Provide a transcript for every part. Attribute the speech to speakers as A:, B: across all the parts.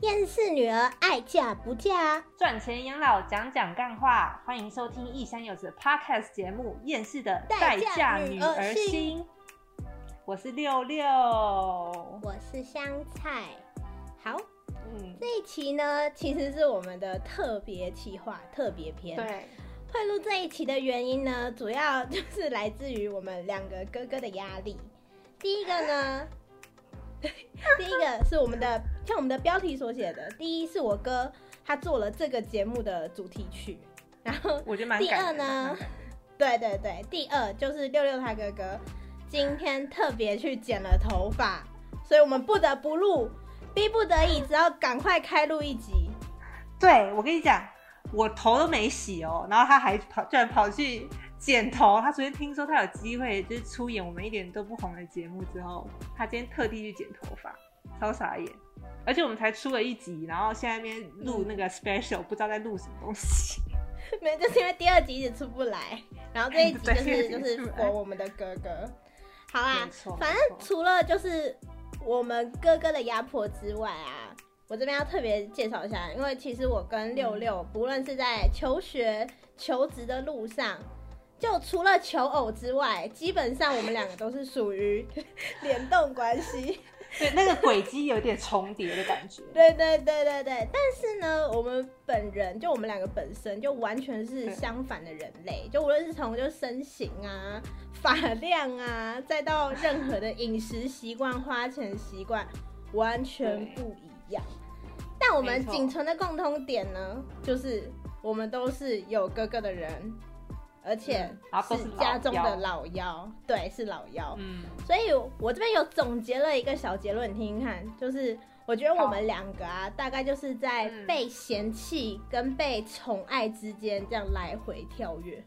A: 厌世女儿爱嫁不嫁？
B: 赚钱养老，讲讲干话，欢迎收听《异乡有子》Podcast 节目《厌世的
A: 代
B: 代
A: 嫁
B: 嫁
A: 女
B: 女
A: 儿
B: 儿
A: 心
B: 心》，我是六六。
A: 我是香菜。好，
B: 嗯，
A: 这一期呢，其实是我们的特别企划、特别篇。，
B: 对，
A: 会录这一期的原因呢，主要就是来自于我们两个哥哥的压力。第一个呢， 第一个是我们的，像我们的标题所写的，第一是我哥他做了这个节目的主题曲，然后
B: 我觉得蛮
A: 第
B: 感
A: 二
B: 人的
A: 呢
B: 蛮感人的
A: 对对对，第二就是六六他哥哥今天特别去剪了头发，所以我们不得不录，逼不得已只要赶快开录一集。
B: 对我跟你讲，我头都没洗哦，然后他还跑，居然跑去剪头。他昨天听说他有机会就是出演我们一点都不红的节目之后，他今天特地去剪头发，超傻眼。而且我们才出了一集，然后现在那边录那个 special，、不知道在录什么东西。
A: 没，就是因为第二集一直出不来，然后这一集就
B: 对
A: 是
B: 第
A: 就
B: 二集
A: 是
B: 出不来
A: 我我们的哥哥。好啦
B: 没，错
A: 反
B: 没
A: 正
B: 错
A: 除了就是我们哥哥的压迫之外啊，我这边要特别介绍一下，因为其实我跟六
B: 嗯
A: 六，不论是在求学、求职的路上。就除了求偶之外，基本上我们两个都是属于 联动关系。
B: 对，那个轨迹有点重叠的感觉。
A: 对对对对对，但是呢，我们本人就我们两个本身就完全是
B: 对
A: 相反的人类，就无论是从就身形啊、发量啊，再到任何的饮食习惯、花钱习惯，完全不一样。但我们
B: 没错
A: 仅存的共通点呢，就是我们都是有哥哥的人，而且
B: 嗯然后都是老
A: 家中的
B: 幺
A: 老幺，对，是老幺。
B: 嗯，
A: 所以我这边有总结了一个小结论，你听听看，就是我觉得我们两个啊，大概就是在
B: 嗯
A: 被嫌弃跟被宠爱之间这样来回跳 跃。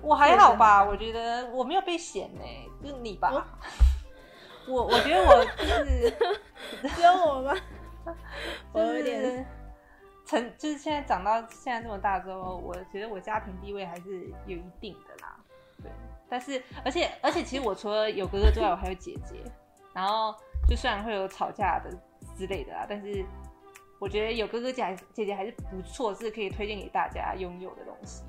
B: 我还好吧，我觉得我没有被嫌呢、就是你吧。 我我觉得我 就是
A: 只有我吗？我
B: 就是
A: 有点
B: 成，就是现在长到现在这么大之后，我觉得我家庭地位还是有一定的啦。对，但是而且而且，其实我除了有哥哥之外，我还有姐姐。然后就虽然会有吵架的之类的啦，但是我觉得有哥哥姐还姐姐还是不错，是可以推荐给大家拥有的东西。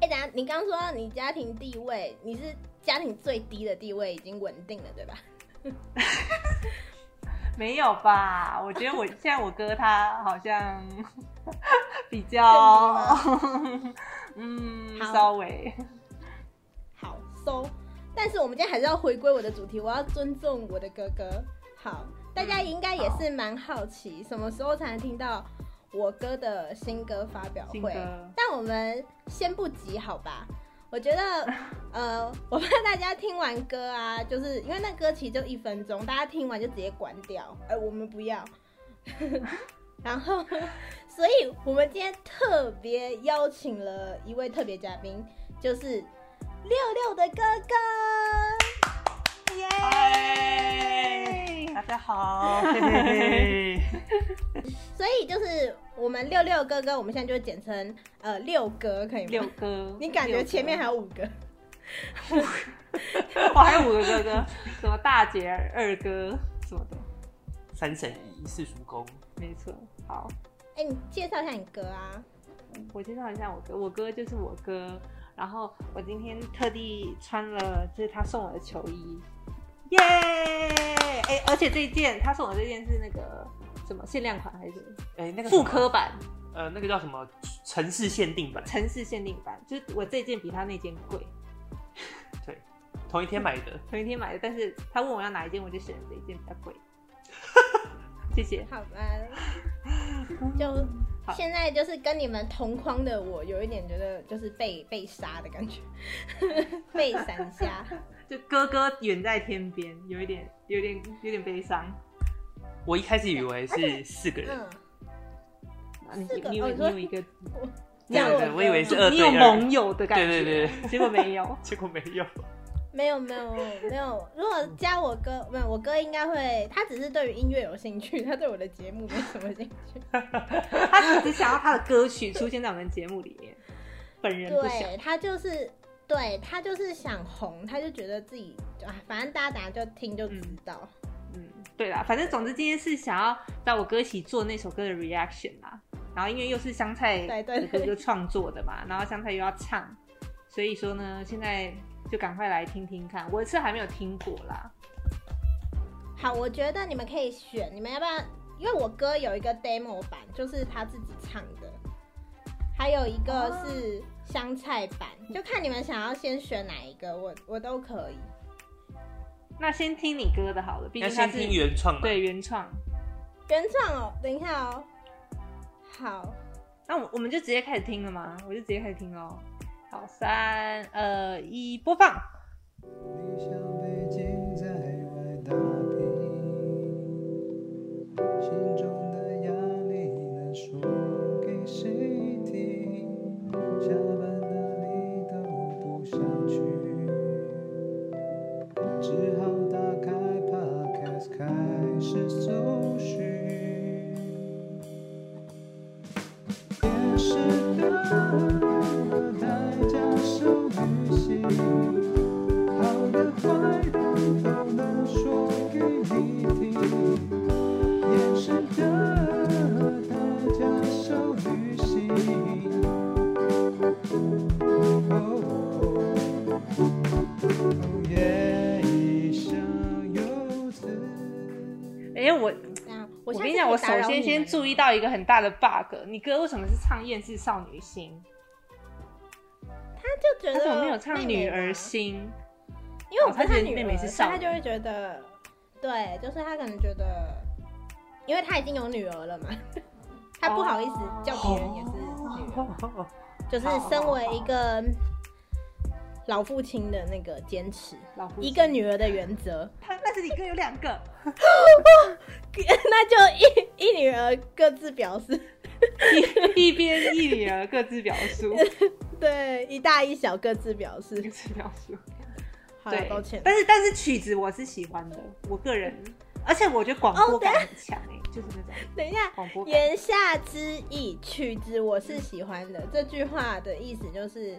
A: 哎、等一下你刚说到你家庭地位，你是家庭最低的地位已经稳定了，对吧？
B: 没有吧？我觉得我现在我哥他好像 比较
A: 更，
B: 嗯，
A: 好
B: 稍微
A: 好收。但是我们今天还是要回归我的主题，我要尊重我的哥哥。好，大家应该也是蛮嗯好奇，什么时候才能听到我哥的新歌发表
B: 新
A: 会
B: 歌？
A: 但我们先不急，好吧？我觉 得，呃，我怕大家听完歌啊，就是因为那歌其实就一分钟，大家听完就直接关掉。哎、我们不要。 然后，所以我们今天特别邀请了一位特别嘉宾，就是六六的哥哥。
B: 嗨，大 家好，嘿嘿嘿
A: 所以就是我们六六哥哥，我们现在就简称呃六哥，可以吗？
B: 六哥，
A: 你感觉前面还
B: 有
A: 有五个？
B: 我还有五个哥哥，什么大姐、二哥什么的，
C: 三省一四叔公，
B: 没错。好，
A: 哎、你介绍一下你哥啊。
B: 我介绍一下我哥，我哥就是我哥。然后我今天特地穿了，就是他送我的球衣，耶！哎，而且这件他送我这件是那个什么限量款还是什么？
C: 哎、那个什
B: 复
C: 么
B: 刻，版、
C: 呃，那个叫什么城市限定版，
B: 城市限定版，就是我这件比他那件贵，
C: 同一天买的，
B: 同一天买的，但是他问我要哪一件，我就选了这一件比较 贵。谢谢。
A: 好吧， 就
B: 好
A: 现在就是跟你们同框的我，有一点觉得就是被被杀的感觉， 被闪瞎。
B: 就哥哥远在天边，有一点，有点，有点悲伤。
C: 我一开始以为是四个人，
A: 嗯，
B: 啊你
A: 四个
B: 你有
A: 哦
B: 你
A: 你说
B: 有一 个，
A: 这样
C: 对对，
A: 我
C: 我以为是二
B: 你有
C: 呃对二，
B: 盟友的感觉，
C: 对对对
B: 结果没有。
C: 结果没有，
A: 没有没有没有，如果加我哥，没有我哥应该会，他只是对于音乐有兴趣，他对我的节目没什么兴趣。
B: 他只想要他的歌曲出现在我们节目里面，本人不想。
A: 对他就是对他就是想红，他就觉得自己啊，反正大家等下就听就知道。
B: 嗯，对啦，反正总之今天是想要找我哥一起做那首歌的 reaction 啦。然后因为又是香菜
A: 对
B: 的
A: 对
B: 哥
A: 对
B: 哥创作的嘛，然后香菜又要唱，所以说呢，现在就赶快来听听看。我是还没有听过啦，
A: 好，我觉得你们可以选，你们要不要？因为我哥有一个 demo 版，就是他自己唱的，还有一个
B: 哦
A: 是香菜版，就看你们想要先选哪一个，我我都可以。
B: 那先听你哥的好了，毕
C: 要
B: 竟他
C: 先
B: 是
C: 听原创嘛。
B: 对原创。
A: 原创哦，等一下哦。好，
B: 那我我们就直接开始听了吗？我就直接开始听喽。好，三二一，播放。
D: 你像被禁在外大屏，心中的压力能说给谁听？下班哪里都不想去，只好打开 Podcast 开始搜寻。电视的代价是旅行。好的坏的都能说给你听，眼神的代价受旅行。哦哦哦耶，一生有此。
B: 哎、我
A: 这样
B: 我
A: 我下
B: 跟
A: 次
B: 你讲，
A: 可以
B: 我
A: 打
B: 首
A: 扰
B: 先
A: 你
B: 先
A: 们
B: 注意到一个很大的 bug，你哥为什么是唱《厌世少女心》？
A: 他就觉
B: 他
A: 得
B: 怎么没有唱
A: 妹
B: 《
A: 妹
B: 女
A: 嘛
B: 儿心
A: 因为我
B: 哦
A: 不
B: 他
A: 是
B: 觉得
A: 女
B: 妹妹
A: 儿
B: 是
A: 所以
B: 少
A: 他就
B: 女
A: 会觉得，对，就是他可能觉得，因为他已经有女儿了嘛， 他不好意思
B: 哦
A: 叫别人也是女儿，就是
B: 好好
A: 身为一个老父亲的那个坚持，》？
B: 老夫
A: 一个
B: 子，
A: 女儿的原则，
B: 他但是你哥有两个，
A: 那就一一女儿各自表示，
B: 一一边一女儿各自表述，
A: 对，一大一小各自表
B: 各
A: 示。
B: 自表述。
A: 好了
B: 对，，
A: 抱歉。嗯
B: 但是但是曲子我是喜欢的，我个人，而且我觉得广
A: 哦
B: 播感很强哎、就是那种
A: 等一下，
B: 广播感。
A: 言下之意，曲子我是喜欢的。这句话的意思就是，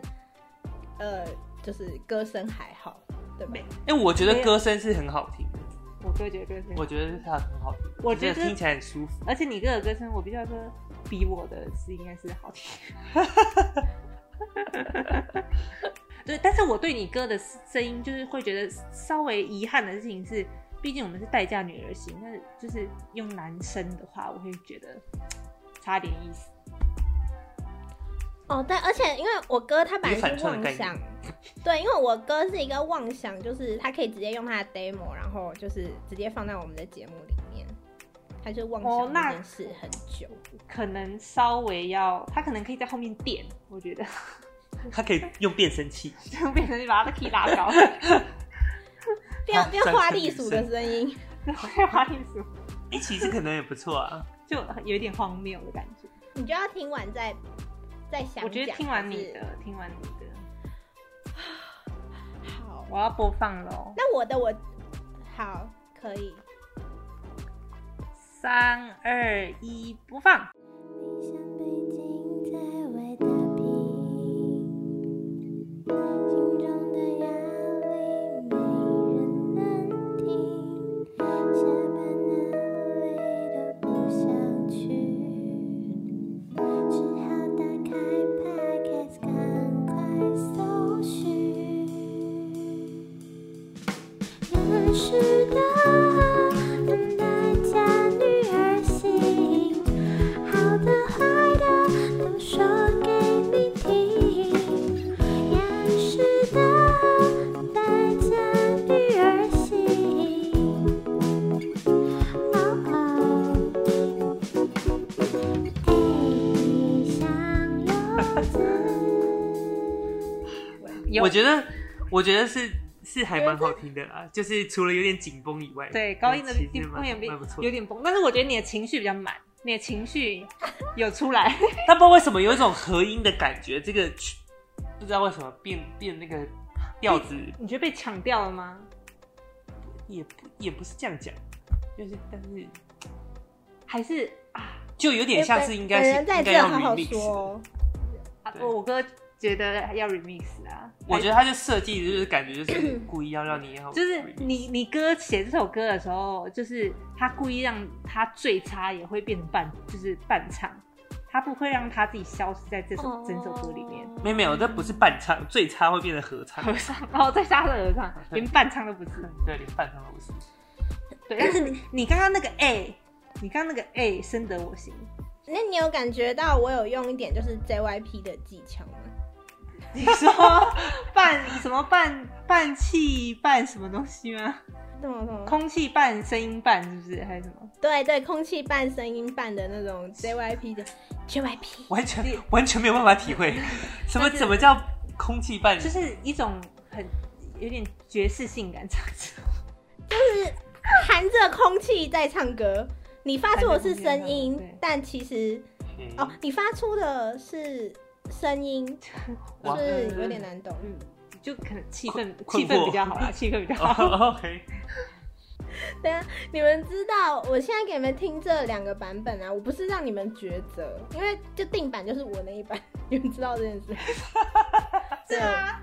A: 呃，就是歌声还好，对吧
B: 没？
C: 哎、我觉得歌声是很好听的，
B: 我哥觉得歌声，
C: 我觉得它很好听，
B: 我觉得
C: 听起来很舒服。
B: 而且你哥的歌声，我必须要说，比我的是应该是好听。对，但是我对你哥的声音，就是会觉得稍微遗憾的事情是，毕竟我们是代嫁女儿型，但是就是用男生的话，我会觉得差点意思。
A: 哦，对，而且因为我哥他本来是
C: 一
A: 妄
C: 个反
A: 想
C: 串的，
A: 对，因为我哥是一个妄想，就是他可以直接用他的 demo，然后就是直接放在我们的节目里面，他就妄
B: 哦
A: 想
B: 那
A: 这件事很久。
C: 哦
B: 可能稍微要，他可能可以在后面垫，我觉得
C: 它可以用变声器，
B: 就变成你把他的 key 拉高，
A: 不要
C: 好
A: 不要花
C: 再次
A: 栗
C: 提
A: 鼠的
C: 升
A: 声音，
B: 然后再滑进去，
C: 哎、其实可能也不错啊。
B: 就有一点荒谬的感觉。
A: 你就要听完再再想讲。
B: 我觉得听完
A: 还
B: 你
A: 是
B: 的，听完你的，
A: 好，
B: 我要播放喽。
A: 那我的我好可以。
B: 三二一，播放。
E: 你像被禁在外大屏，心中的压力没人能听，下班哪里都不想去，只好打开 Podcast 赶快搜寻。人世的代价，女儿心，好的坏的都说给你听。人世的代价，女儿心。哦哦，一想游子。
B: 有
C: 我觉得，我觉得是是还蛮好听的啦，就是除了有点紧绷以外，
B: 对高音的
C: 其实
B: 地方
C: 蛮
B: 有点
C: 蛮不错
B: 有。点崩，但是我觉得你的情绪比较满，你的情绪有出来。
C: 但不知道为什么有一种合音的感觉，这个曲不知道为什么变变那个调子
B: 你觉得被抢掉了吗？
C: 也不也不是这样讲，就是但是
B: 还是啊
C: 就有点像是应该
A: 本
C: 是
A: 人在
C: 应该
A: 这
C: 要
A: 好好
C: remix
A: 说
C: 的。
A: 哦。
B: 啊
C: 对
B: 我哥觉得要 remix 啊？
C: 我觉得他就设计就是感觉就是故意要让你好，
B: 就是你你歌写这首歌的时候，就是他故意让他最差也会变成半，就是半唱，他不会让他自己消失在这首、
C: 哦
B: 整首歌里面。
C: 没有没有，这不是伴唱，最差会变成合唱，
B: 合唱，然后再加上合 唱，连半唱都不是。
C: 对，连伴唱都不是。
B: 对，但是你你刚刚那个 A，你刚刚那个 A 深得我心。
A: 那你有感觉到我有用一点就是 JYP 的技巧吗？
B: 你说半什么半半气半什么东西吗？
A: 怎么怎么？
B: 空气半声音半是不是？还是什么？
A: 对对，空气半声音半的那种 JYP 的 JYP，
C: 完全完全没有办法体会，什么怎么叫空气伴？
B: 就是一种很有点爵士性感这样子。
A: 含着空气在唱歌，你发出的是声
B: 含着空气在唱歌对
A: 音，但其实
C: 嗯
A: 哦，你发出的是声音，就
C: 哇
A: 是有点难懂。
B: 嗯，就可能气氛
C: 困
B: 气氛比较好 啦，气氛比较好。
C: 哦 OK，
A: 对啊，你们知道，我现在给你们听这两个版本啊，我不是让你们抉择，因为就定版就是我那一版， 你们知道这件 事。
B: 是啊，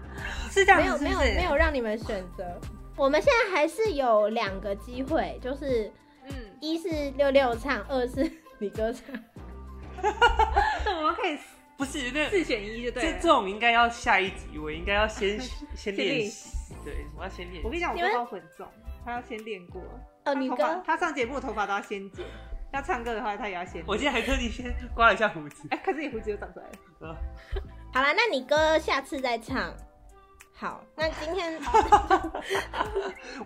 B: 是这样
A: 没有
B: 子
A: 没
B: 是
A: 有
B: 不是？
A: 没有让你们选择。我们现在还是有两个机会，就是
B: 嗯，
A: 一是六六唱，二是 你歌唱。
B: 那我们可以
C: 不是那
B: 四选一就对
C: 这
B: 了
C: 这。种应该要下一集，我应该要 先先练
B: 练
C: 习，对，我要先练
B: 我跟你
C: 习。
B: 讲，我
A: 你们
B: 头发混种，他要先练过。
A: 哦，
B: 他
A: 你
B: 头发
A: 歌
B: 他上节目我头发都要先剪，要唱歌的话他也要先剪。
C: 我今天还特地先刮了一下胡子，
B: 哎，可是你胡子又长出来了。
C: 呃
A: 好啦，那你歌下次再唱。 好，那今天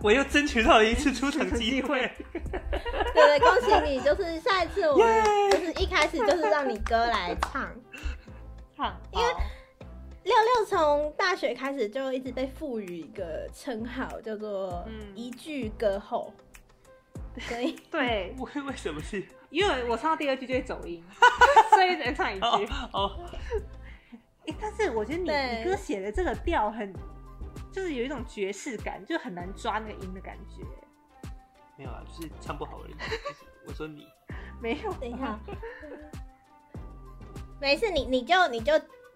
C: 我又争取到了一次 出场机
B: 机
C: 会
B: 会。
A: 对对，恭喜你，就是下一次 我们就是一开始就是让你歌来唱。
B: 唱，
A: 因为六六从大学开始就一直被赋予一个称号，叫做
B: 嗯
A: 一句歌后，所 以
B: 对，
C: 为为什么是？
B: 因为我唱到第二句就会走音，所以只能唱一
C: 哦
B: 句。
C: 哦，
B: 哎，但是我觉得你
A: 对
B: 你歌写的这个调很，就是有一种爵士感，就很难抓那个音的感觉。
C: 没有啊，就是唱不好而已。就是我说你，
B: 没有，
A: 等一下，没事，你你就你就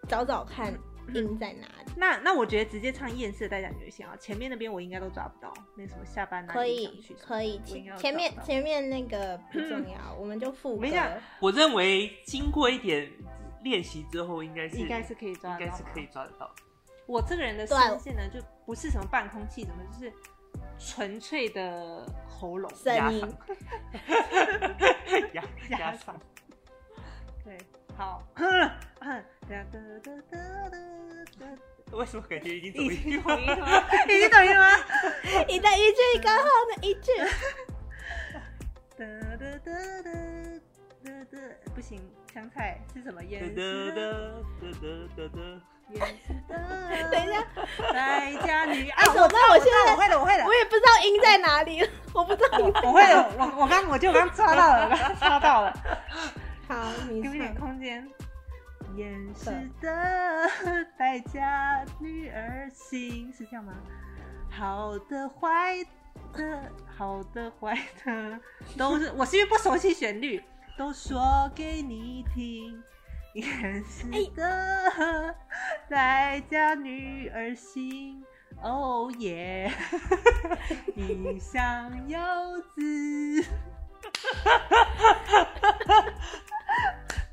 A: 找找看音在哪里，
B: 那那我觉得直接唱《厌世的代价女就行啊，前面那边我应该都抓不到，那什么下班嗯哪
A: 可
B: 里想
A: 以
B: 去什么
A: 可以。
B: 我应该
A: 前
B: 有
A: 前面
B: 找到
A: 前面那个不重 要，我们就副
B: 我
A: 歌
B: 跟。你讲
C: 我认为经过一点练习之后，应该是
B: 应该是可以抓
C: 应
B: 得到
C: 该
B: 吧，
C: 是可以抓得到。
B: 我这个人的
A: 对
B: 声线呢，就不是什么半空气，什么就是纯粹的喉咙
A: 声
C: 压
A: 音
C: 嗓， 压压嗓。
B: 对，好，
C: 为什么感觉已经走
B: 已
C: 音
B: 经懂音了吗，已经懂音了吗？
A: 你的一句歌后的一句，
B: 不行，香菜是什么
C: 哒
B: 烟？
C: 哒哒哒哒
A: 等一下，
B: 代家女啊！
A: 哎
B: 我
A: 我
B: 知
A: 知
B: 道，
A: 道
B: 我
A: 我
B: 知
A: 现在
B: 道，我会的，我会的哦
A: 我，也不知道音在哪里， 我不知道音在
B: 我会的，我我刚我就刚抓到了，我刚抓到了。
A: 好，你
B: 给我一点
A: 唱。
B: 空间。掩饰的 代价，女儿心是这样吗？好的、坏的、好的、坏的，都是我是因为不熟悉旋律，都说给你听。掩饰的 代价，女儿心。哦耶！ 你想要自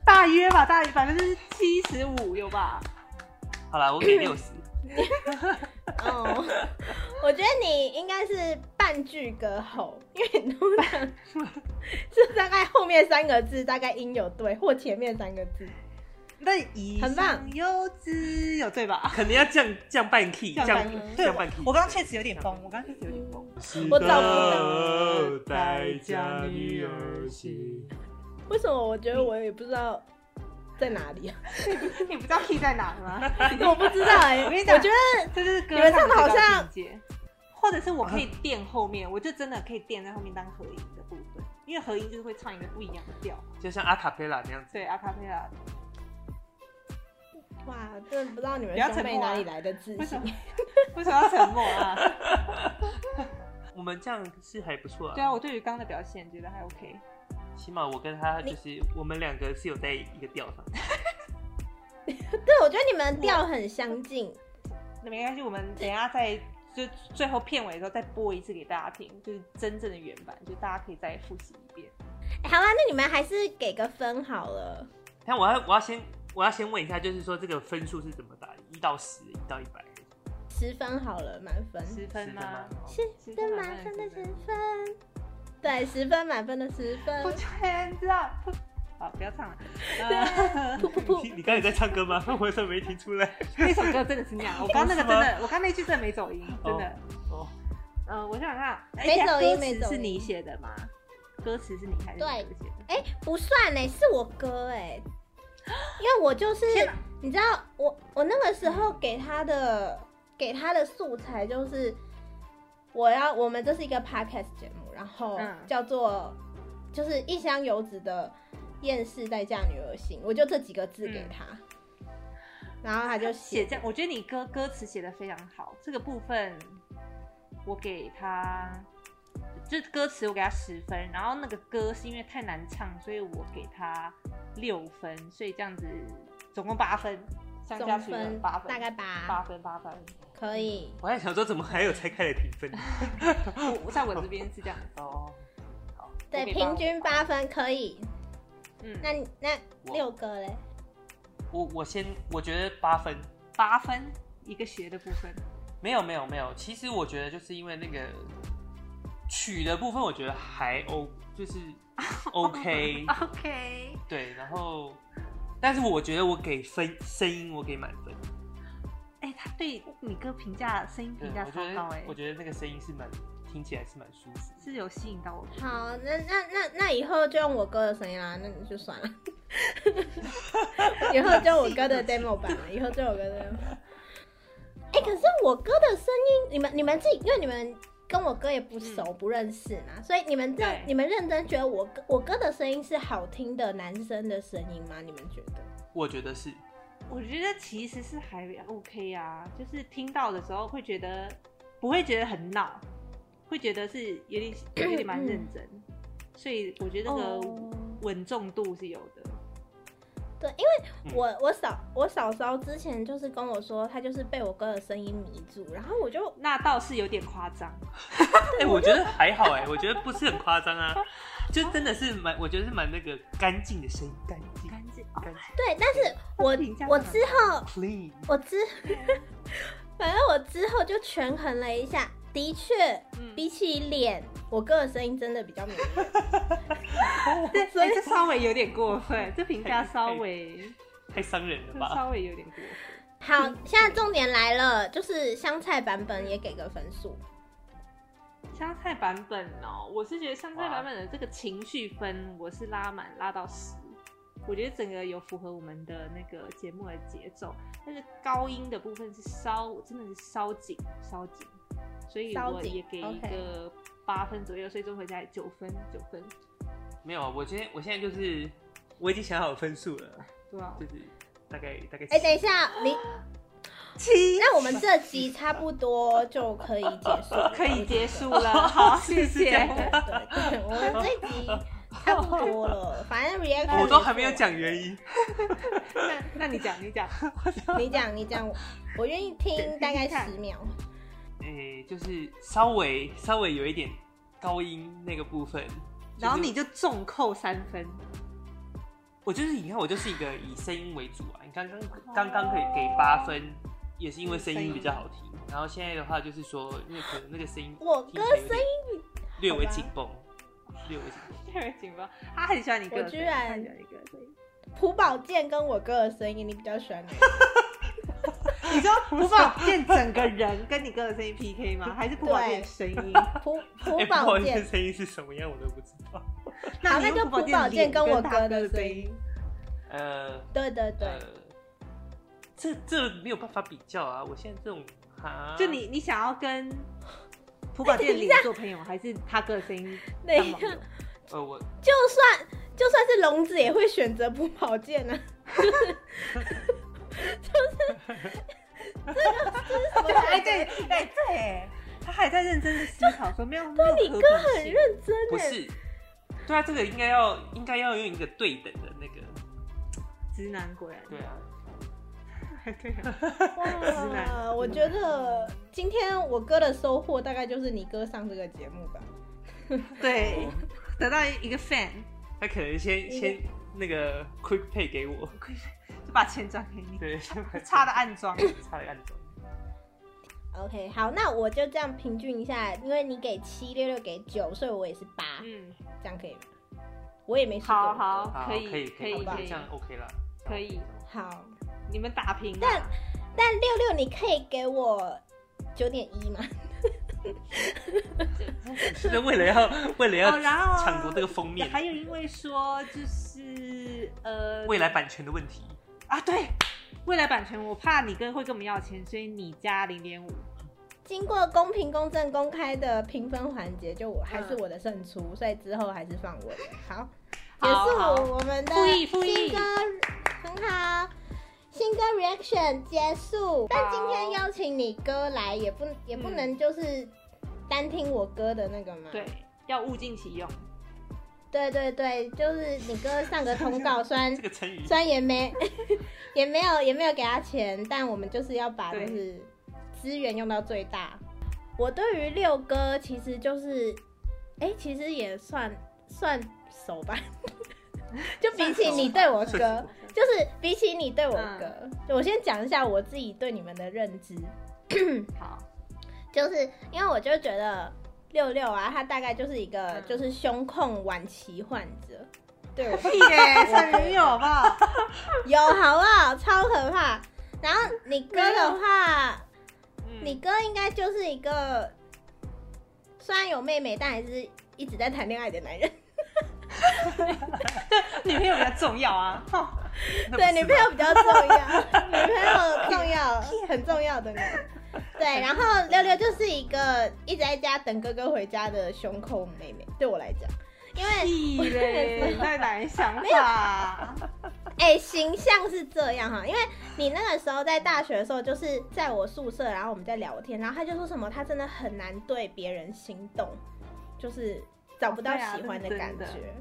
B: 大约吧，大约百分之七十五有吧？
C: 好啦，我给六 十。
A: 哦，我觉得你应该是半句歌后，因为你通常是大概后面三个字大概音有对，或前面三个字。
B: 那以
A: 很棒
B: 上有之有对吧？
C: 可能要降降半 key，
B: 降
C: 降
B: 半
A: key
B: 对，
C: 降
B: 我
C: 半 key。
B: 我刚刚确实有点疯，我刚刚确实有点疯。
A: 我找不
C: 到代价女儿心。
A: 为什么我觉得我也不知道在哪里 啊？
B: 你不知道 key 在哪吗？
A: 我不知道哎、
B: 我跟你讲
A: 我觉得
B: 这就是歌
A: 你们
B: 唱
A: 唱
B: 的
A: 得好
B: 最高
A: 像
B: 境界。或者是我可以垫后面，我就真的可以垫在后面当合音的部分，因为合音就是会唱一个不一样的调，
C: 就像阿卡贝拉那样子。
B: 对，阿卡贝拉。
A: 哇，真的不知道你们
B: 不要
A: 兄
B: 沉
A: 妹
B: 默啊
A: 哪里来的自
B: 为什
A: 信
B: 么。为什么要沉默啊？
C: 我们这样是还不错啊。
B: 对啊，我对于刚刚的表现觉得还 OK。
C: 起码我跟他就是我们两个是有在一个调上。
A: 对，我觉得你们调很相近。
B: 那没关系，我们等一下再就最后片尾的时候再播一次给大家听，就是真正的原版，就大家可以再复习一遍。
A: 哎好啊，那你们还是给个分好了。
C: 但我要我要先我要先问一下，就是说这个分数是怎么打？一到十，一到一百，
A: 十分好了，满分。
B: 十分
C: 是的
B: 吗
C: 吗？？
A: 十分满分的十分，对，十分满分的十
B: 不
A: 分。
B: 全知道，不好，不要唱了。呃，
A: 噗噗噗！
C: 哦你你刚才在唱歌吗？ 我怎么没听出来？
B: 那首歌真的是 那样，我刚那个真的，我刚那句真的没走音，真的。
C: 哦，
B: 嗯，我想想看，
A: 没走音
B: 哎
A: 没
B: 歌
A: 走音
B: 词是你写的吗？歌词是你还是
A: 对
B: 你写的？
A: 哎、不算呢、是我哥哎、因为我就是
B: 天哪
A: 你知道我我那个时候给他的给他的素材就是我要我们这是一个 podcast 节目，然后
B: 嗯
A: 叫做、就是一箱油脂的厌世代嫁女儿心，我就这几个字给他，然后他就
B: 啊写
A: 写
B: 这样，我觉得你歌歌词写的非常好，这个部分我给他，就歌词我给他十分，然后那个歌是因为太难唱，所以我给他六分，所以这样子总共八分，相加
A: 总
B: 起来
A: 分
B: 八分，
A: 大概
B: 八
A: 八，
B: 分八分。
A: 可以。
C: 我还想说怎么还有才开的评分？
B: 我我哦在我这边是这样子，
C: 哦，
A: 对，
B: 我给八
A: 平均八分可以。
B: 嗯，
A: 那你那
C: 我
A: 六哥嘞？
C: 我我先我觉得八分，
B: 八分一个学的部分，
C: 没有没有没有，其实我觉得就是因为那个曲的部分，我觉得还 O 就是 OK，
B: OK，
C: 对，然后但是我觉得我给分声音我给满分，
B: 哎、他对你歌评价声音
C: 对，
B: 评价
C: 我
B: 超
C: 觉
B: 高哎、
A: 欸
C: 嗯得我觉得那个声音是蛮听起来是蛮舒服的。
B: 是有吸引到我。
A: 好，那那那那以后就用我哥的声音啦，那你就算了。 以后就我哥 的 demo 版了，以后就我哥的 demo 版。哎、可是我哥的声音，你们你们自己，因为你们跟我哥也不熟、不认识嘛，所以你们认
B: 嗯对
A: 你们认真觉得我哥我哥的声音是好听的男生的声音吗？你们觉得？
C: 我觉得是，
B: 我觉得其实是还 OK 啊，就是听到的时候会觉得不会觉得很闹，会觉得是有点有点蛮认真，
A: 嗯
B: 所以我觉得那
A: 哦
B: 个稳重度是有的。
A: 对，因为
C: 嗯
A: 我我嫂我嫂嫂之前就是跟我说，她就是被我哥的声音迷住，然后我就
B: 那倒是有点夸张，
A: 哦
C: 哎、我觉得还好哎、我觉得不是很夸张啊，就真的是蛮，我觉得是蛮那个干净的声音，干净
B: 干净
C: 干净
A: 对，但是我
B: 评价
A: 我
B: 蛮
A: 之后
C: clean，
A: 我之， 反正我之后就权衡了一下，的确，
B: 嗯
A: 比起脸，我哥的声音真的比较迷人。
B: 这 所以这稍微有点过 分，这评价稍微
C: 太伤人了
B: 这
C: 吧？
B: 稍微有点过分。
A: 好，
B: 嗯
A: 现在重点来了，就是香菜版本也给个分数，
B: 香菜版本哦，我是觉得香菜版本的这个情绪分，我是拉满拉到十，我觉得整个有符合我们的那个节目的节奏，但是高音的部分是稍真的是稍紧稍紧，所以
A: 稍
B: 我
A: 紧
B: 也给一个八分左右，所以综合起来九分九分，
C: 没有，啊我今天我现在就是我已经想好分数了，
B: 对吧、啊
C: 就？是大概大概。
A: 哎、等一，下，你
B: 七
A: 那我们这集差不多就可以结束了，
B: 可以结束了， 好，谢
C: 是这样
A: 对。对
B: 谢。
A: 对，我们这集差不多了，反正 reaction
C: 我都还没有，讲原因，
B: 那那你讲，你讲，
A: 你讲你讲，我我愿意听大概十秒。
C: 哎、就是稍微稍微有一点高音那个部分，
B: 然后你就重扣三分，
C: 我就是你看我就是一个以声音为主啊，你刚刚刚刚可以给八分，也是因为声音比较好听，然后现在的话就是说，因为可能那个声音
A: 我哥声音
C: 音略微紧绷，略微紧绷。
B: 太危紧吧？他很喜欢你歌声，
A: 我居然
B: 他很喜欢你歌声。
A: 朴宝剑跟我哥的声音，你比较喜欢哪一个？
B: 你知道朴宝剑整个人跟你哥的声音 PK 吗？还是朴宝剑的声音？
A: 朴
C: 哎、
A: 朴
C: 不好
A: 宝
C: 意思，
A: 剑，
C: 声音是什么样我都不知道。
A: 好，
B: 你
A: 那
B: 用
A: 就
B: 朴
A: 朴宝
B: 宝
A: 剑
B: 剑
A: 跟我
B: 哥
A: 哥的声音。。
C: 呃，
A: 对对对，
C: 呃，这这没有办法比较啊！我现在这种哈，
B: 就
A: 嗯
B: 你，你想要跟朴宝剑领做朋友，还是他哥的声音
A: 等
B: 当
A: 一
B: 网
A: 下
B: 友？，
C: 呃，我
A: 就算就算是聋子也会选择朴宝剑啊。就是，就是这个这是什么？
B: 哎，对，哎对，他还在认真的思考说，没有，没有
A: 你
B: 和
A: 哥
B: 平性
A: 很认真
C: 不
A: 哎，
C: 是，对啊，这个应该要应该要用一个对等的那个，
B: 直男果然
C: 对啊，
B: 对啊，
A: 哇，我觉得今天我哥的收获大概就是你哥上这个节目吧。
B: 对，得到一个 fan
C: 他可能先先那个 quick pay 给我，
B: 就把钱转给你，
C: 对，先把
B: 差的暗装。
C: 差点按走。
A: OK，好，那我就这样平均一下，因为你给七，六六给九，所以我也是八、
B: 嗯，
A: 这样可以吗？我也没输给
B: 好
A: 我
B: 好，
C: 好，
B: 可
C: 以可
B: 可
C: 以
B: 以可
C: 这
B: 以
C: 样 OK 了，
B: 可以，
A: 好，
B: 你们打平啊。
A: 但但六六你可以给我九点一吗？
C: 就是为了 要为了要
B: 哦然后
C: 抢夺这个封面，
B: 还有因为说就是呃，
C: 未来版权的问题，
B: 啊，对，未来版权，我怕你跟会跟我们要钱，所以你加零点五。
A: 经过公平、公正、公开的评分环节，就我还是我的胜出，所以之后还是放我的。好，结
B: 好好
A: 束我们的
B: 复议复
A: 新
B: 议
A: 歌，很好，新歌 reaction 结束。但今天邀请你哥来，也不也不
B: 嗯
A: 能就是单听我哥的那个嘛。
B: 对，要物尽其用。
A: 对对对，就是你哥上个通 告，虽然
C: 这个成语
A: 虽然也没也没有也没有给他钱，但我们就是要把
B: 对
A: 就是资源用到最大。我对于六哥其实就是，哎、其实也算算熟吧， 就比起你对我
C: 算熟
A: 哥，就是比起你对我哥，就我先讲一下我自己对你们的认知，
B: 好，
A: 就是因为我就觉得六六啊，他大概就是一个
B: 嗯
A: 就是胸控晚期患者，对 我
B: 屁嘞，才没有好 不好？
A: 有好不好？超可怕。然后你哥的
C: 嗯
A: 话，
B: 嗯
A: 你哥应该就是一个虽然有妹妹，但还是一直在谈恋爱的男人。
B: 女朋友比较重要 啊。
C: 那不
A: 对，
C: 是
A: 女
C: 吗
A: 朋友比较重要， 女朋友重要，很重要的呢。对，然后六六就是一个一直在家等哥哥回家的胸口妹妹，对我来讲，因为
B: 屁 嘞，你在哪里想法啊？
A: 哎、形象是这样哈，因为你那个时候在大学的时候，就是在我宿舍，然后我们在聊天，然后他就说什么他真的很难对别人心动，就是找不到
B: 哦对啊
A: 喜欢的
B: 这是
A: 感
B: 真
A: 觉。
B: 的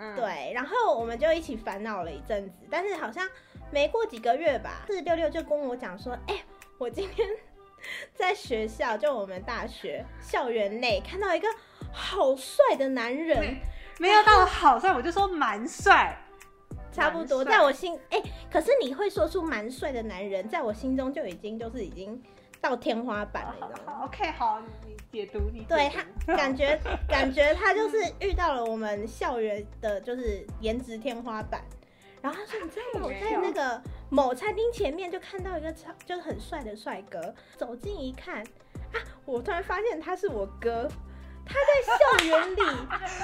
B: 嗯，
A: 对，然后我们就一起烦恼了一阵子，但是好像没过几个月吧，四六六就跟我讲说，哎、我今天 在学校，就我们大学校园内看到一个好帅的男
B: 嗯
A: 人，
B: 没有到好帅，我就说蛮帅。
A: 差不多，
B: 蛮帅
A: 在我心哎、可是你会说出蛮帅的男人，在我心中就已经就是已经到天花板了，你知道吗？
B: 好 OK，好，你解读你解读。
A: 对他感觉感觉他就是遇到了我们校园的就是颜值天花板。然后他说：“你知道吗？我在那个某餐厅前面就看到一个超就是很帅的帅哥，走近一看，啊，我突然发现他是我哥，他在校园里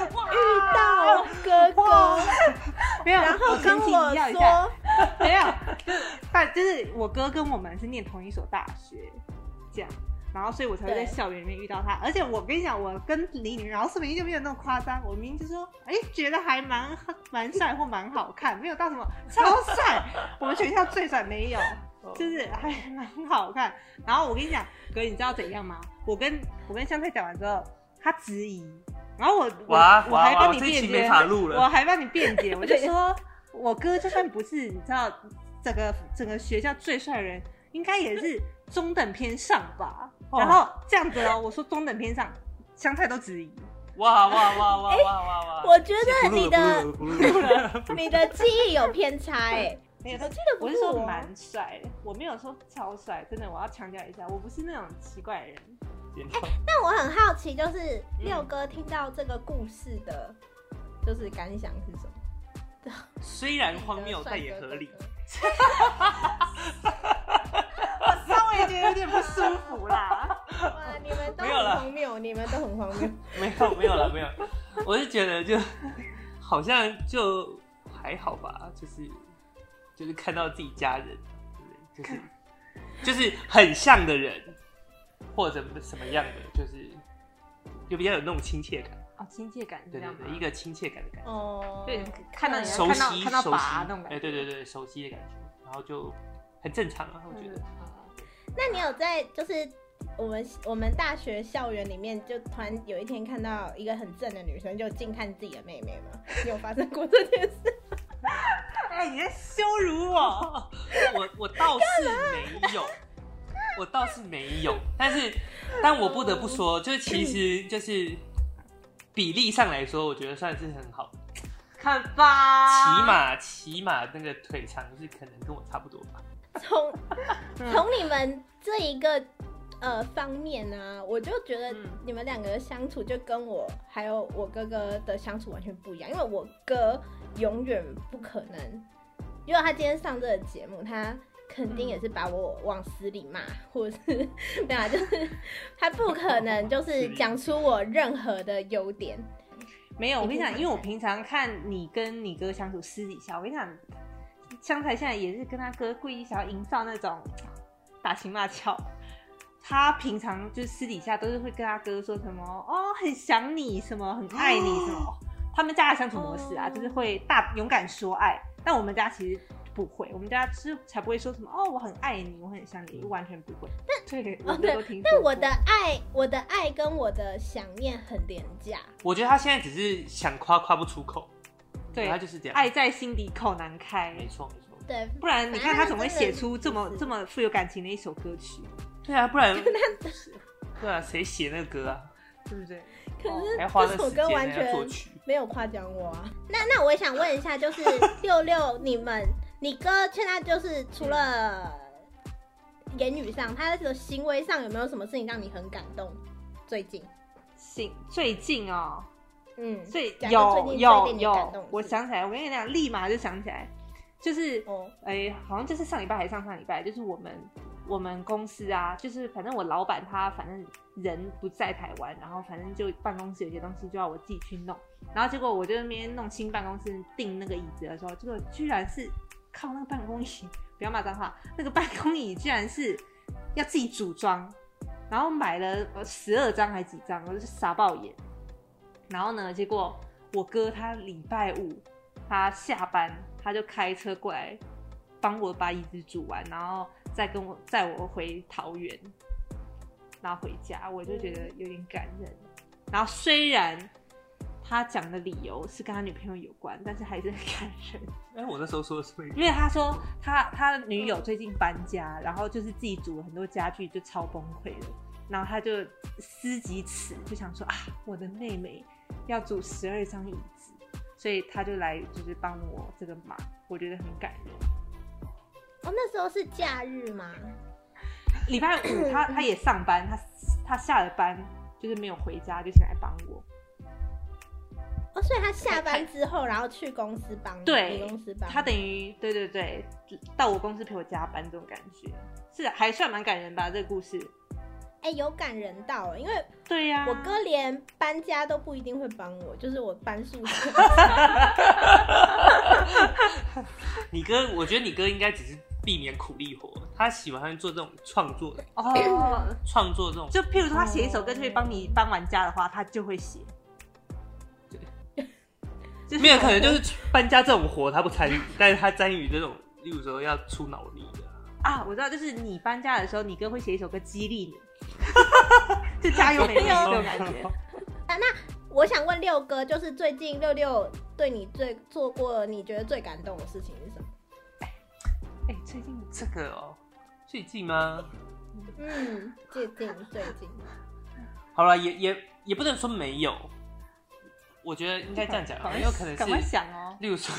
A: 遇到哥 哥
B: 哇，没有，
A: 然后跟
B: 前情
A: 我
B: 提要一下
A: 说。”
B: 没有，但就是我哥跟我们是念同一所大学，这样，然后所以我才会在
A: 对
B: 校园里面遇到他。而且我跟你讲，我跟李女，然后是明明就没有那么夸张，我明明就说，哎、觉得还蛮蛮帅或蛮好看，没有到什么超帅，我们学校最帅没有，
C: 哦
B: 就是还蛮好看。然后我跟你讲，哥，你知道怎样吗？我跟我跟香菜讲完之后，他质疑，然后我我
C: 哇
B: 我还
C: 哇哇
B: 帮你
C: 这一
B: 辩
C: 期
B: 解，
C: 没法录了
B: 我还帮你辩 解，我就说，我哥就算不是你知道整个整个学校最帅的人，应该也是中等偏上吧。
C: 哦
B: 然后这样子哦，我说中等偏上，香菜都质疑，
C: 哇哇哇
B: 哎
C: 哇哇哇哇！
A: 我觉得
C: 不录
A: 你
C: 了
A: 的
C: 不录了不录了不录了
A: 你的记忆有偏差哎、
B: 没有，他
A: 记得不
B: 我
C: 啊
B: 啊
A: 是
B: 是说
A: 我
B: 蛮帅的，我没有说超帅，真的，我要强调一下，我不是那种奇怪的人。
C: 剪掉
A: 但我很好奇，就是六哥听到这个故事的，就是感想是什么？
C: 虽然荒谬，但也合理。
B: 稍微觉得有点不舒服啦。
A: 哇，啊你们都
C: 没有
A: 很
C: 啦
A: 荒谬，你们都很荒谬。
C: 没有没有了没有，我是觉得就好像就还好吧，就是就是看到自己家人，对不对就是就是很像的人，或者什么样的，就是就比较有那种亲切感，
B: 哦，亲切感是这
C: 对对
B: 样吗
C: 对，一个亲切感的感 觉，
A: 哦，
B: 对，看到你
C: 熟
B: 看到
C: 悉
B: 看到
C: 熟悉
B: 爸那种感觉，
C: 哎对对对，熟悉的感觉，然后就很正常啊，我觉得。
A: 那你有在就是我们我们大学校园里面，就突然有一天看到一个很正的女生，就近看自己的妹妹吗？你有发生过这件事？
B: 哎、哎，你在羞辱我！
C: 我我倒是没有，我倒是没有，但是但我不得不说，就是其实就是比例上来说，我觉得算是很好的。
B: 看吧，
C: 起码起码那个腿长是可能跟我差不多吧。
A: 从
B: 嗯
A: 从你们这一个呃方面呢、我就觉得
B: 嗯
A: 你们两个的相处就跟我还有我哥哥的相处完全不一样，因为我哥永远不可能，如果他今天上这个节目，他肯
B: 嗯
A: 定也是把我往死里骂，或者是没有啊，就是 他不可 能就
C: 往死
A: 是
C: 里
A: 讲出我任何的优点，
B: 没有，我跟你
A: 你可以
B: 讲，因为我
A: 看
B: 平常看你跟你哥相处，私底下我跟你讲，香菜现在也是跟他哥故意想要营造那种打情骂俏。他平常就是私底下都是会跟他哥说什么哦，很想你，什么很爱你，什么。 他们家的相处模式啊，
A: 哦
B: 就是会大勇敢说爱，但我们家其实不会，我们家是才不会说什么哦，我很爱你，我很想你，完全不会。但对，我
A: 哦
B: 们
A: 对
B: 都听说
A: 但我
B: 过
A: 的爱，我的爱跟我的想念很廉价。
C: 我觉得他现在只是想夸夸不出口，
B: 对
C: 他就是这样。
B: 爱在心底口难开，
C: 没错没错。
A: 对，
B: 不然你看他怎么会写出这么
A: 反正他真的
B: 这么富有感情的一首歌曲，
C: 对啊，不然对啊，谁写那个歌啊？
B: 对不对？哦
A: 可是
C: 还花那
A: 这首
C: 时
A: 歌
C: 间
A: 完
C: 来
A: 全
C: 作曲？
A: 没有夸奖我啊。那那我也想问一下， 就是六六，你们你哥现在就是除了言语上，他的行为上有没有什么事情让你很感动？最近，
B: 近最近哦，
A: 嗯，
B: 最
A: 讲到最
B: 有
A: 近最
B: 有
A: 令你感动
B: 有
A: 的，
B: 我
A: 事
B: 想起来，我跟你讲，立马就想起来，就是
A: 哦，
B: 哎、好像就是上礼拜还是上上礼拜，就是我们我们公司啊，就是反正我老板他反正人不在台湾，然后反正就办公室有些东西就要我自己去弄，然后结果我就在那边弄新办公室订那个椅子的时候，结果居然是靠那个办公椅，不要骂脏话，那个办公椅居然是要自己组装，然后买了十二张还几张，我就是傻爆眼。然后呢，结果我哥他礼拜五他下班，他就开车过来帮我把椅子煮完，然后再跟我载我回桃园，然后回家，我就觉得有点感人。然后虽然他讲的理由是跟他女朋友有关，但是还是很感人。
C: 哎，我那时候说的是
B: 因为他说他他的女友最近搬家，然后就是自己煮了很多家具，就超崩溃了。然后他就思及此，就想说啊，我的妹妹要煮十二张椅子，所以他就来就是帮我这个忙，我觉得很感人。
A: 哦，那时候是假日吗？
B: 礼拜五他他也上班，他他下了班就是没有回家，就先来帮我。
A: 哦，所以他下班之后，然后去公司帮你，
B: 对
A: 你公司帮你
B: 他等于对对对，就到我公司陪我加班这种感觉，是啊还算蛮感人吧？这个故事。
A: 哎、有感人到、因为
B: 对啊呀、
A: 我哥连搬家都不一定会帮我，就是我搬宿舍。
C: 你哥，我觉得你哥应该只是避免苦力活，他喜欢做这种创作的
B: 哦，
C: 创作这种。
B: 就譬如说他写一首歌就会帮你搬完家的话，他就会写。就是
C: 没有可能就是搬家这种活他不参与，但是他参与这种，例如说要出脑力的，
B: 啊，我知道，就是你搬家的时候，你哥会写一首歌激 励你，就加油美妹这种感觉。
A: 我想问六哥，就是最近六六对你最做过你觉得最感动的事情是什么？
B: 哎、最近
C: 这个哦，最近吗？
A: 嗯， 最近最近，
C: 好了，也也也不能说没有，我觉得应该这样讲，
B: 赶快
C: 很有可能
B: 赶快
C: 是，
B: 想哦。
C: 例如说，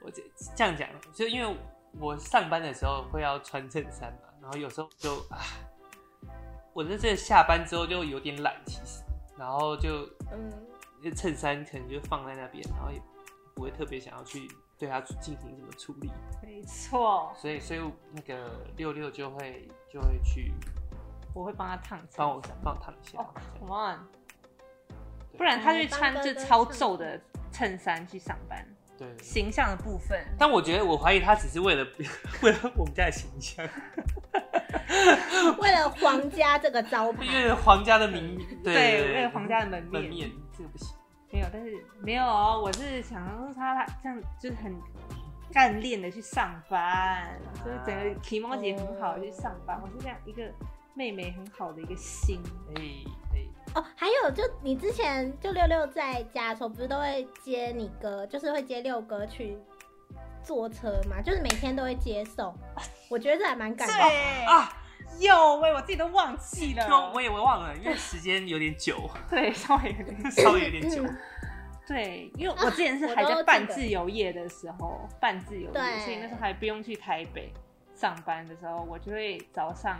C: 我这这样讲，就因为我上班的时候会要穿衬衫嘛，然后有时候就，啊我在这下班之后就有点懒，其实，然后就
A: 嗯，
C: 那衬衫可能就放在那边，然后也不会特别想要去对它进行什么处理，
B: 没错，
C: 所以所以那个六六就会就会去
B: 我会帮他烫衬衫。
C: 帮我帮我烫一下，
B: 哦
C: 这样
B: ，Come on，不然他就穿就超皱的衬衫去上班，
C: 对。对对
B: 形象的部分。
C: 但我觉得我怀疑他只是为了 为了我们家的形象，
A: 嗯为了皇家这个招
C: 因
A: 牌，
C: 为皇家的名对对对
B: 为了皇家的门
C: 门
B: 面。
C: 面，这个不行。
B: 没有，但是没有哦，我是想说他这样就是很干练的去上班，啊就是整个哦提摩姐很好地去上班。我是这样一个妹妹很好的一个心，
C: 哎哎，
A: 哦，还有就你之前就六六在家的时候，不是都会接你哥，就是会接六哥去坐车嘛，就是每天都会接送。我觉得这还蛮感动。
B: 对啊，
C: 啊，
B: 有喂，我自己都忘记了。
C: 就我也我忘了，因为时间有点 久，
B: 对，稍微有点
C: 稍微有 点久。
A: 嗯
B: 对，因为我之前是
A: 啊
B: 还
A: 我都
B: 在
A: 记
B: 半
A: 得
B: 自由业的时候，半自由
A: 对
B: 业，所以那时候还不用去台北上班的时候，我就会早上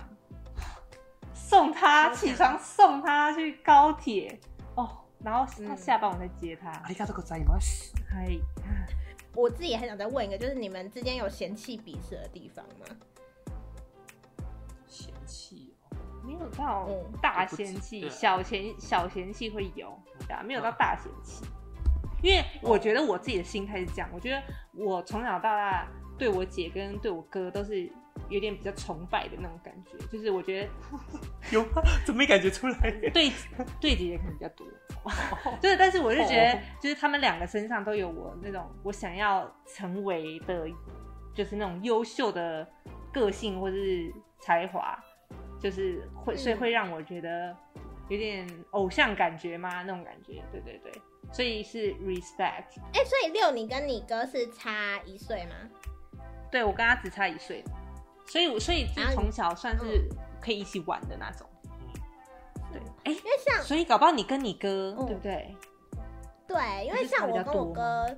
B: 送他起床，送他去高铁哦，然后他
A: 嗯
B: 下班我再接他。
C: ありがとうございます。
B: 嗨，啊
A: 我自己也很想再问一个，就是你们之间有嫌弃彼此的地方吗？
C: 嫌弃哦，
B: 没有到
A: 嗯
B: 大嫌弃，
C: 对啊
B: 小嫌小嫌弃会有，对啊，没有到
C: 嗯
B: 大嫌弃。因为我觉得我自己的心态是这样，我觉得我从小到大对我姐跟对我哥都是有点比较崇拜的那种感觉，就是我觉得
C: 有吗？ 怎么没感觉出来？
B: 对对姐姐可能比较多，
A: 哦
B: 对，但是我就觉得就是他们两个身上都有我那种我想要成为的，就是那种优秀的个性或是才华，就是会所以
A: 嗯
B: 会让我觉得有点偶像感觉吗？那种感觉，对对对，所以是 respect。
A: 哎、所以六，你跟你哥是差一岁吗？
B: 对我跟他只差一岁，所以我所以
A: 然后
B: 是
A: 啊你嗯
B: 从小算是可以一起玩的那种。对，哎、
A: 因为像
B: 所以搞不好你跟你哥、
A: 嗯
B: 对不对？
A: 对，因为
B: 你是差
A: 像
B: 比
A: 我
B: 较
A: 跟我
B: 多吗
A: 哥，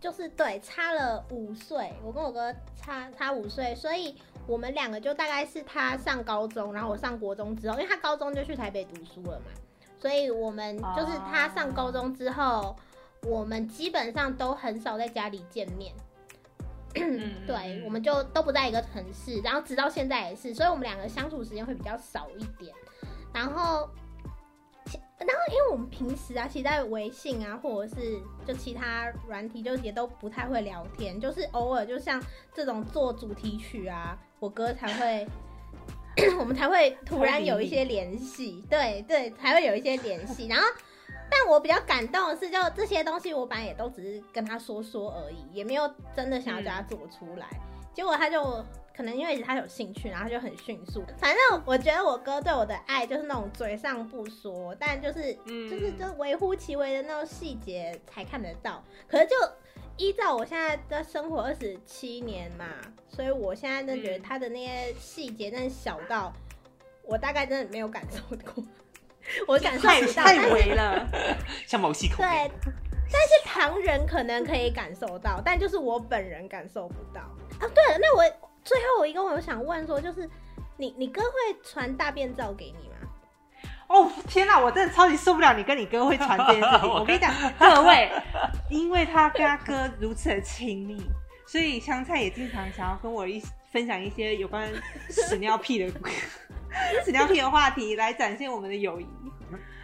A: 就是对差了五岁，我跟我哥差差五岁，所以我们两个就大概是他上高中，然后我上国中之后，因为他高中就去台北读书了嘛，所以我们就是他上高中之后，我们基本上都很少在家里见面。
B: 嗯
A: 对，我们就都不在一个城市，然后直到现在也是，所以我们两个相处时间会比较少一点。然后，其然后因为我们平时啊，其实在微信啊，或者是就其他软体，就也都不太会聊天，就是偶尔就像这种做主题曲啊，我哥才会。我们才会突然有一些联系，对对，才会有一些联系。然后，但我比较感动的是，就这些东西，我本来也都只是跟他说说而已，也没有真的想要叫他做出来。
B: 嗯
A: 结果他就可能因为他有兴趣，然后他就很迅速。反正我觉得我哥对我的爱就是那种嘴上不说，但就是
B: 嗯
A: 就是就微乎其微的那种细节才看得到。可是就依照我现在的生活二十七年嘛，所以我现在真的觉得
B: 嗯
A: 他的那些细节真的小到我大概真的没有感受过，我感受
B: 太
A: 不到。
B: 太 围了。
C: 像毛细孔。
A: 但对，但是旁人可能可以感受到，但就是我本人感受不到啊。对了，那我最后一个我想问说，就是你你哥会传大便照给你吗？
B: 哦天哪，我真的超级受不了你跟你哥会传这件 事情。
C: 我
B: 我跟你讲，各位， 因为他跟他哥如此的亲密，所以香菜也经常想要跟我一分享一些有关屎尿屁的屎尿屁的话题，来展现我们的友谊。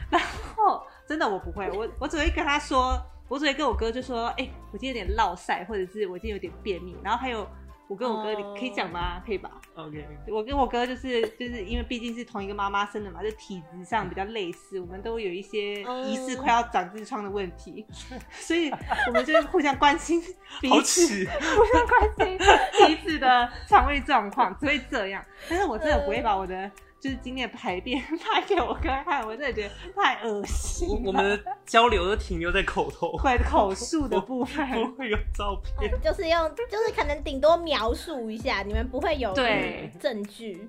B: 然后真的我不会，我我只会跟他说，我只会跟我哥就说，哎、我今天有点落晒，或者是我今天有点便秘。然后还有我跟我哥，
A: 哦
B: 你可以讲吗？可以吧？
C: OK，
B: 我跟我哥就是就是因为毕竟是同一个妈妈生的嘛，就体质上比较类似，我们都有一些
C: 嗯
B: 疑似快要长痔疮的问题， 所以我们就是互相关 心彼
C: 好
B: 此，
C: 耻。
B: 互相关心彼此的肠胃状况，只会这样。但是我真的
C: 嗯
B: 不会把我的就是今天的排便 拍给我哥看，我真的觉得太恶心
C: 我
B: 了。
C: 我们的交流都停留在口头，
B: 怪口述的部分，
C: 不会有照 片。
A: 嗯就是用，就是可能顶多描述一下，你们不会有
B: 对
A: 证据。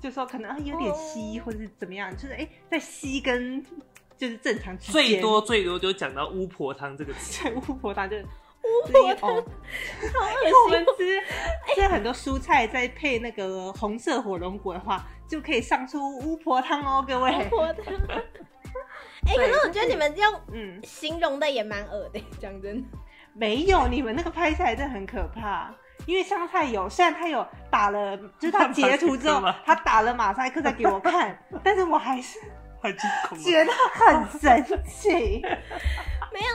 B: 就说可能啊有点
C: 哦
B: 稀或者是怎么样，就是哎、在稀跟就是正常之间
C: 最多最多就讲到巫婆汤这个词，
B: 在巫婆汤就巫婆汤，
A: 好恶
B: 因为哦
A: 心
B: 我 们吃吃很多蔬菜，再配那个红色火龙果的话，就可以上出巫婆汤哦，各位。
A: 哦，我的。哎、可
B: 对
A: 是我觉得你们用
B: 嗯，
A: 形容的也蛮恶的，讲真的。
B: 没有，你们那个拍下来真的很可怕。因为香菜有，虽然他有打了，就是他截图之
C: 马赛克
B: 后
C: 吗，
B: 他打了马赛克再给我看，但是我还是
C: 很恐怖。
B: 觉得很神奇。
A: 没有，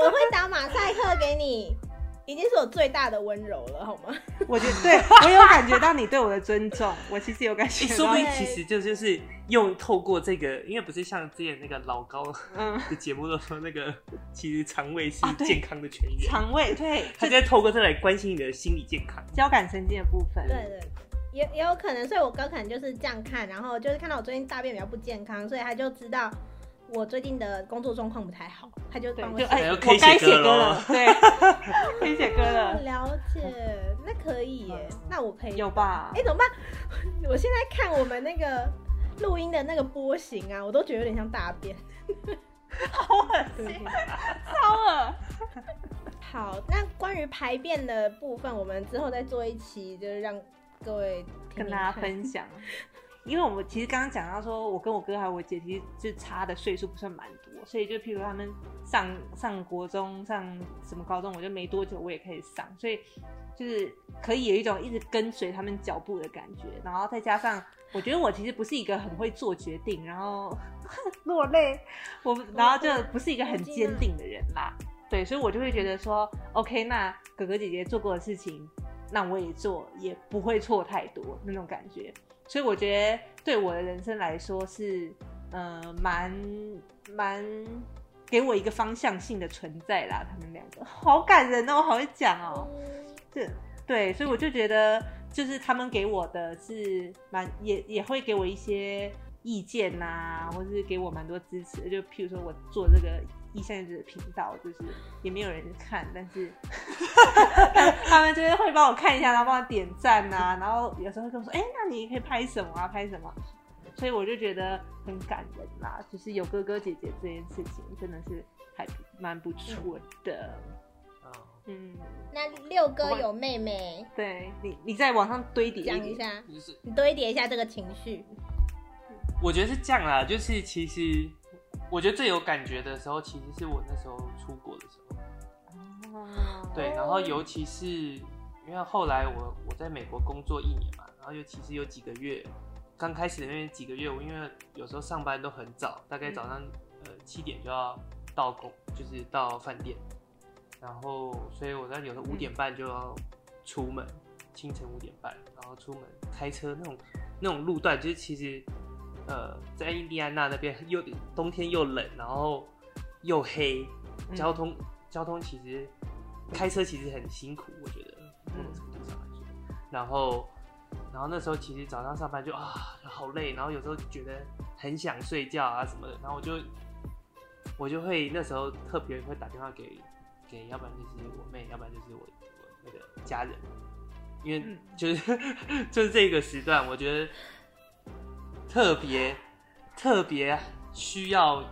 A: 我会打马赛克给你，已经是我最大的温柔了，好吗？
B: 我觉得对我有感觉到你对我的尊重，我其实有感 觉
C: 欸说
B: 到
C: 不，定其实就就是用透过这个，因为不是像之前那个老高
B: 嗯，
C: 的节目都说 那个，其实肠胃是
B: 啊对
C: 健康的泉源，
B: 肠胃对，这
C: 他就在透过这来关心你的心理健康。
B: 交感神经的部分，
A: 对对，也也有可能，所以我哥可能就是这样看，然后就是看到我最近大便比较不健康，所以他就知道我最近的工作状况不太好，他就
B: 对
A: 帮，我
B: 就
A: 写。
B: 哎，
C: 哎
B: 我
C: 可以
B: 该
C: 写
B: 写
C: 歌
B: 歌
C: 了哦
B: 了，对，可以写歌
A: 哦
B: 了，
A: 了解，那可以耶，那我可以
B: 有？吧
A: 哎、？怎么办？ 我现在看我们那个录音的那个波形啊，我都觉得有点像大便。
B: 好恶
A: 对不
B: 心，
A: 起
B: 超恶。
A: 好，那关于排便的部分，我们之后再做一期，就是让各位听听
B: 跟大家
A: 看
B: 分享。因为我们其实刚刚讲到说，我跟我哥还有我姐其实就差的岁数不算蛮多，所以就譬如他们上上国中、上什么高中，我就没多久我也可以上，所以就是可以有一种一直跟随他们脚步的感觉。然后再加上，我觉得我其实不是一个很会做决定，然后 落泪，我然后就不是一个很坚定的人啦。对，所以我就会觉得说，OK，那哥哥姐姐做过的事情，那我也做，也不会错太多那种感觉。所以我觉得对我的人生来说是，呃，蛮蛮给我一个方向性的存在啦。他们两个好感人哦，我好会讲哦。这对，所以我就觉得，就是他们给我的是蛮也也会给我一些意见呐、或是给我蛮多支持的。就譬如说我做这个一线的频道，就是也没有人看，但是他们就是会帮我看一下，然后帮我点赞呐、然后有时候会跟我说，哎、那你可以拍什么啊？拍什么？所以我就觉得很感人啦，就是有哥哥姐姐这件事情真的是还蛮不错的，
C: 哦
B: 嗯。
A: 那六哥有妹妹，
B: 对你，你在网上堆叠
A: 讲
B: 点
A: 一，下，
C: 就是
B: 嗯
A: 你堆叠一下这个情绪。
C: 我觉得是这样啦，就是其实我觉得最有感觉的时候，其实是我那时候出国的时候。
B: 哦
C: 对，然后尤其是因为后来我我在美国工作一年嘛，然后尤其是有几个月，刚开始的那几个月，我因为有时候上班都很早，大概早上、呃七点就要到工，就是到饭店，然后所以我那有时候五点半就要出门，清晨五点半，然后出门开车那种那种路段，就是其实呃在印第安纳那边 又冬天又冷，然后又黑，
B: 嗯
C: 交通、交通其实开车其实很辛苦，我觉得某种程度上来说。然后然后那时候其实早上上班就啊好累，然后有时候觉得很想睡觉啊什么的，然后我就我就会那时候特别会打电话给给，要不然就是我妹，要不然就是我我那个家人，因为
B: 嗯
C: 就是 就是这个时段，我觉得特别特别需要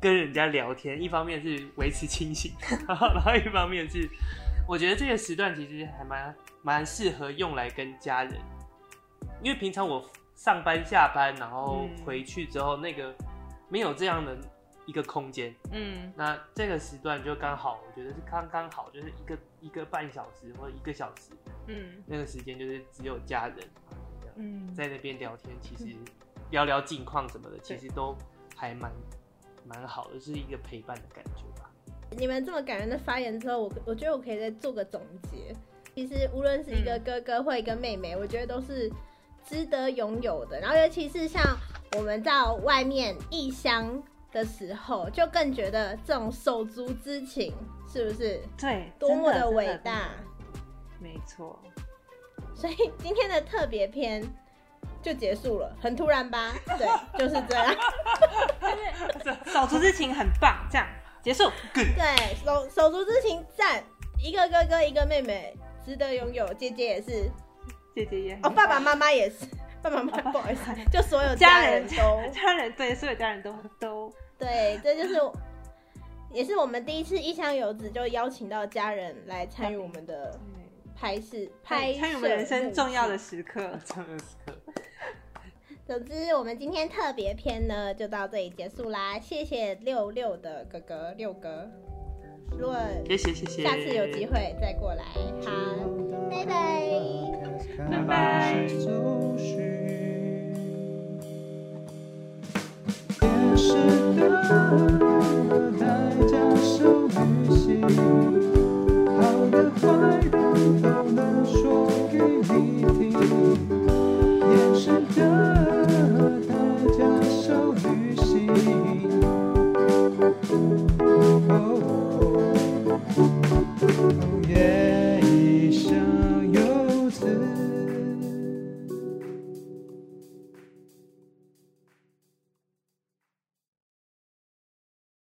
C: 跟人家聊天，一方面是维持清醒， 然后然后一方面是我觉得这个时段其实还蛮蛮适合用来跟家人，因为平常我上班下班，然后
B: 嗯
C: 回去之后，那个没有这样的一个空间。
B: 嗯
C: 那这个时段就刚好，我觉得是刚刚好，就是一个一个半小时或者一个小时，
B: 嗯
C: 那个时间就是只有家人这样
B: 嗯，
C: 在那边聊天，其实聊聊近况什么的，其实都还蛮蛮好的，是一个陪伴的感觉吧。
A: 你们这么感人的发言之后，我我觉得我可以再做个总结。其实无论是一个
B: 嗯
A: 哥哥或一个妹妹，我觉得都是值得拥有的。然后尤其是像我们到外面异乡的时候，就更觉得这种手足之情是不是
B: 对，
A: 多么的
B: 真的
A: 伟大？，
B: 真的没错，
A: 所以今天的特别篇就结束了，很突然吧？对，就是这样。
B: 手足之情很棒，这样结束，
A: 对，手手足之情赞，一个哥哥一个妹妹，值得拥有。姐姐也是，
B: 姐姐也很
A: 哦，
B: 棒
A: 爸爸妈妈也是， 爸爸妈 妈不好意思，就所有
B: 家
A: 人
B: 人
A: 都
B: 家人对，所有家人都都
A: 对，这就是也是我们第一次异乡游子，就邀请到家人来参与我们的拍摄，拍
B: 嗯对
A: 摄
B: 参与我们人生重要的
A: 录制。
B: 时刻，
C: 真 的是可
A: 总之，我们今天特别篇呢就到这里结束啦，谢谢六六的哥哥六哥，如果
C: 谢谢谢谢，
A: 下次有机会哎再过来，好。拜拜
D: 拜拜。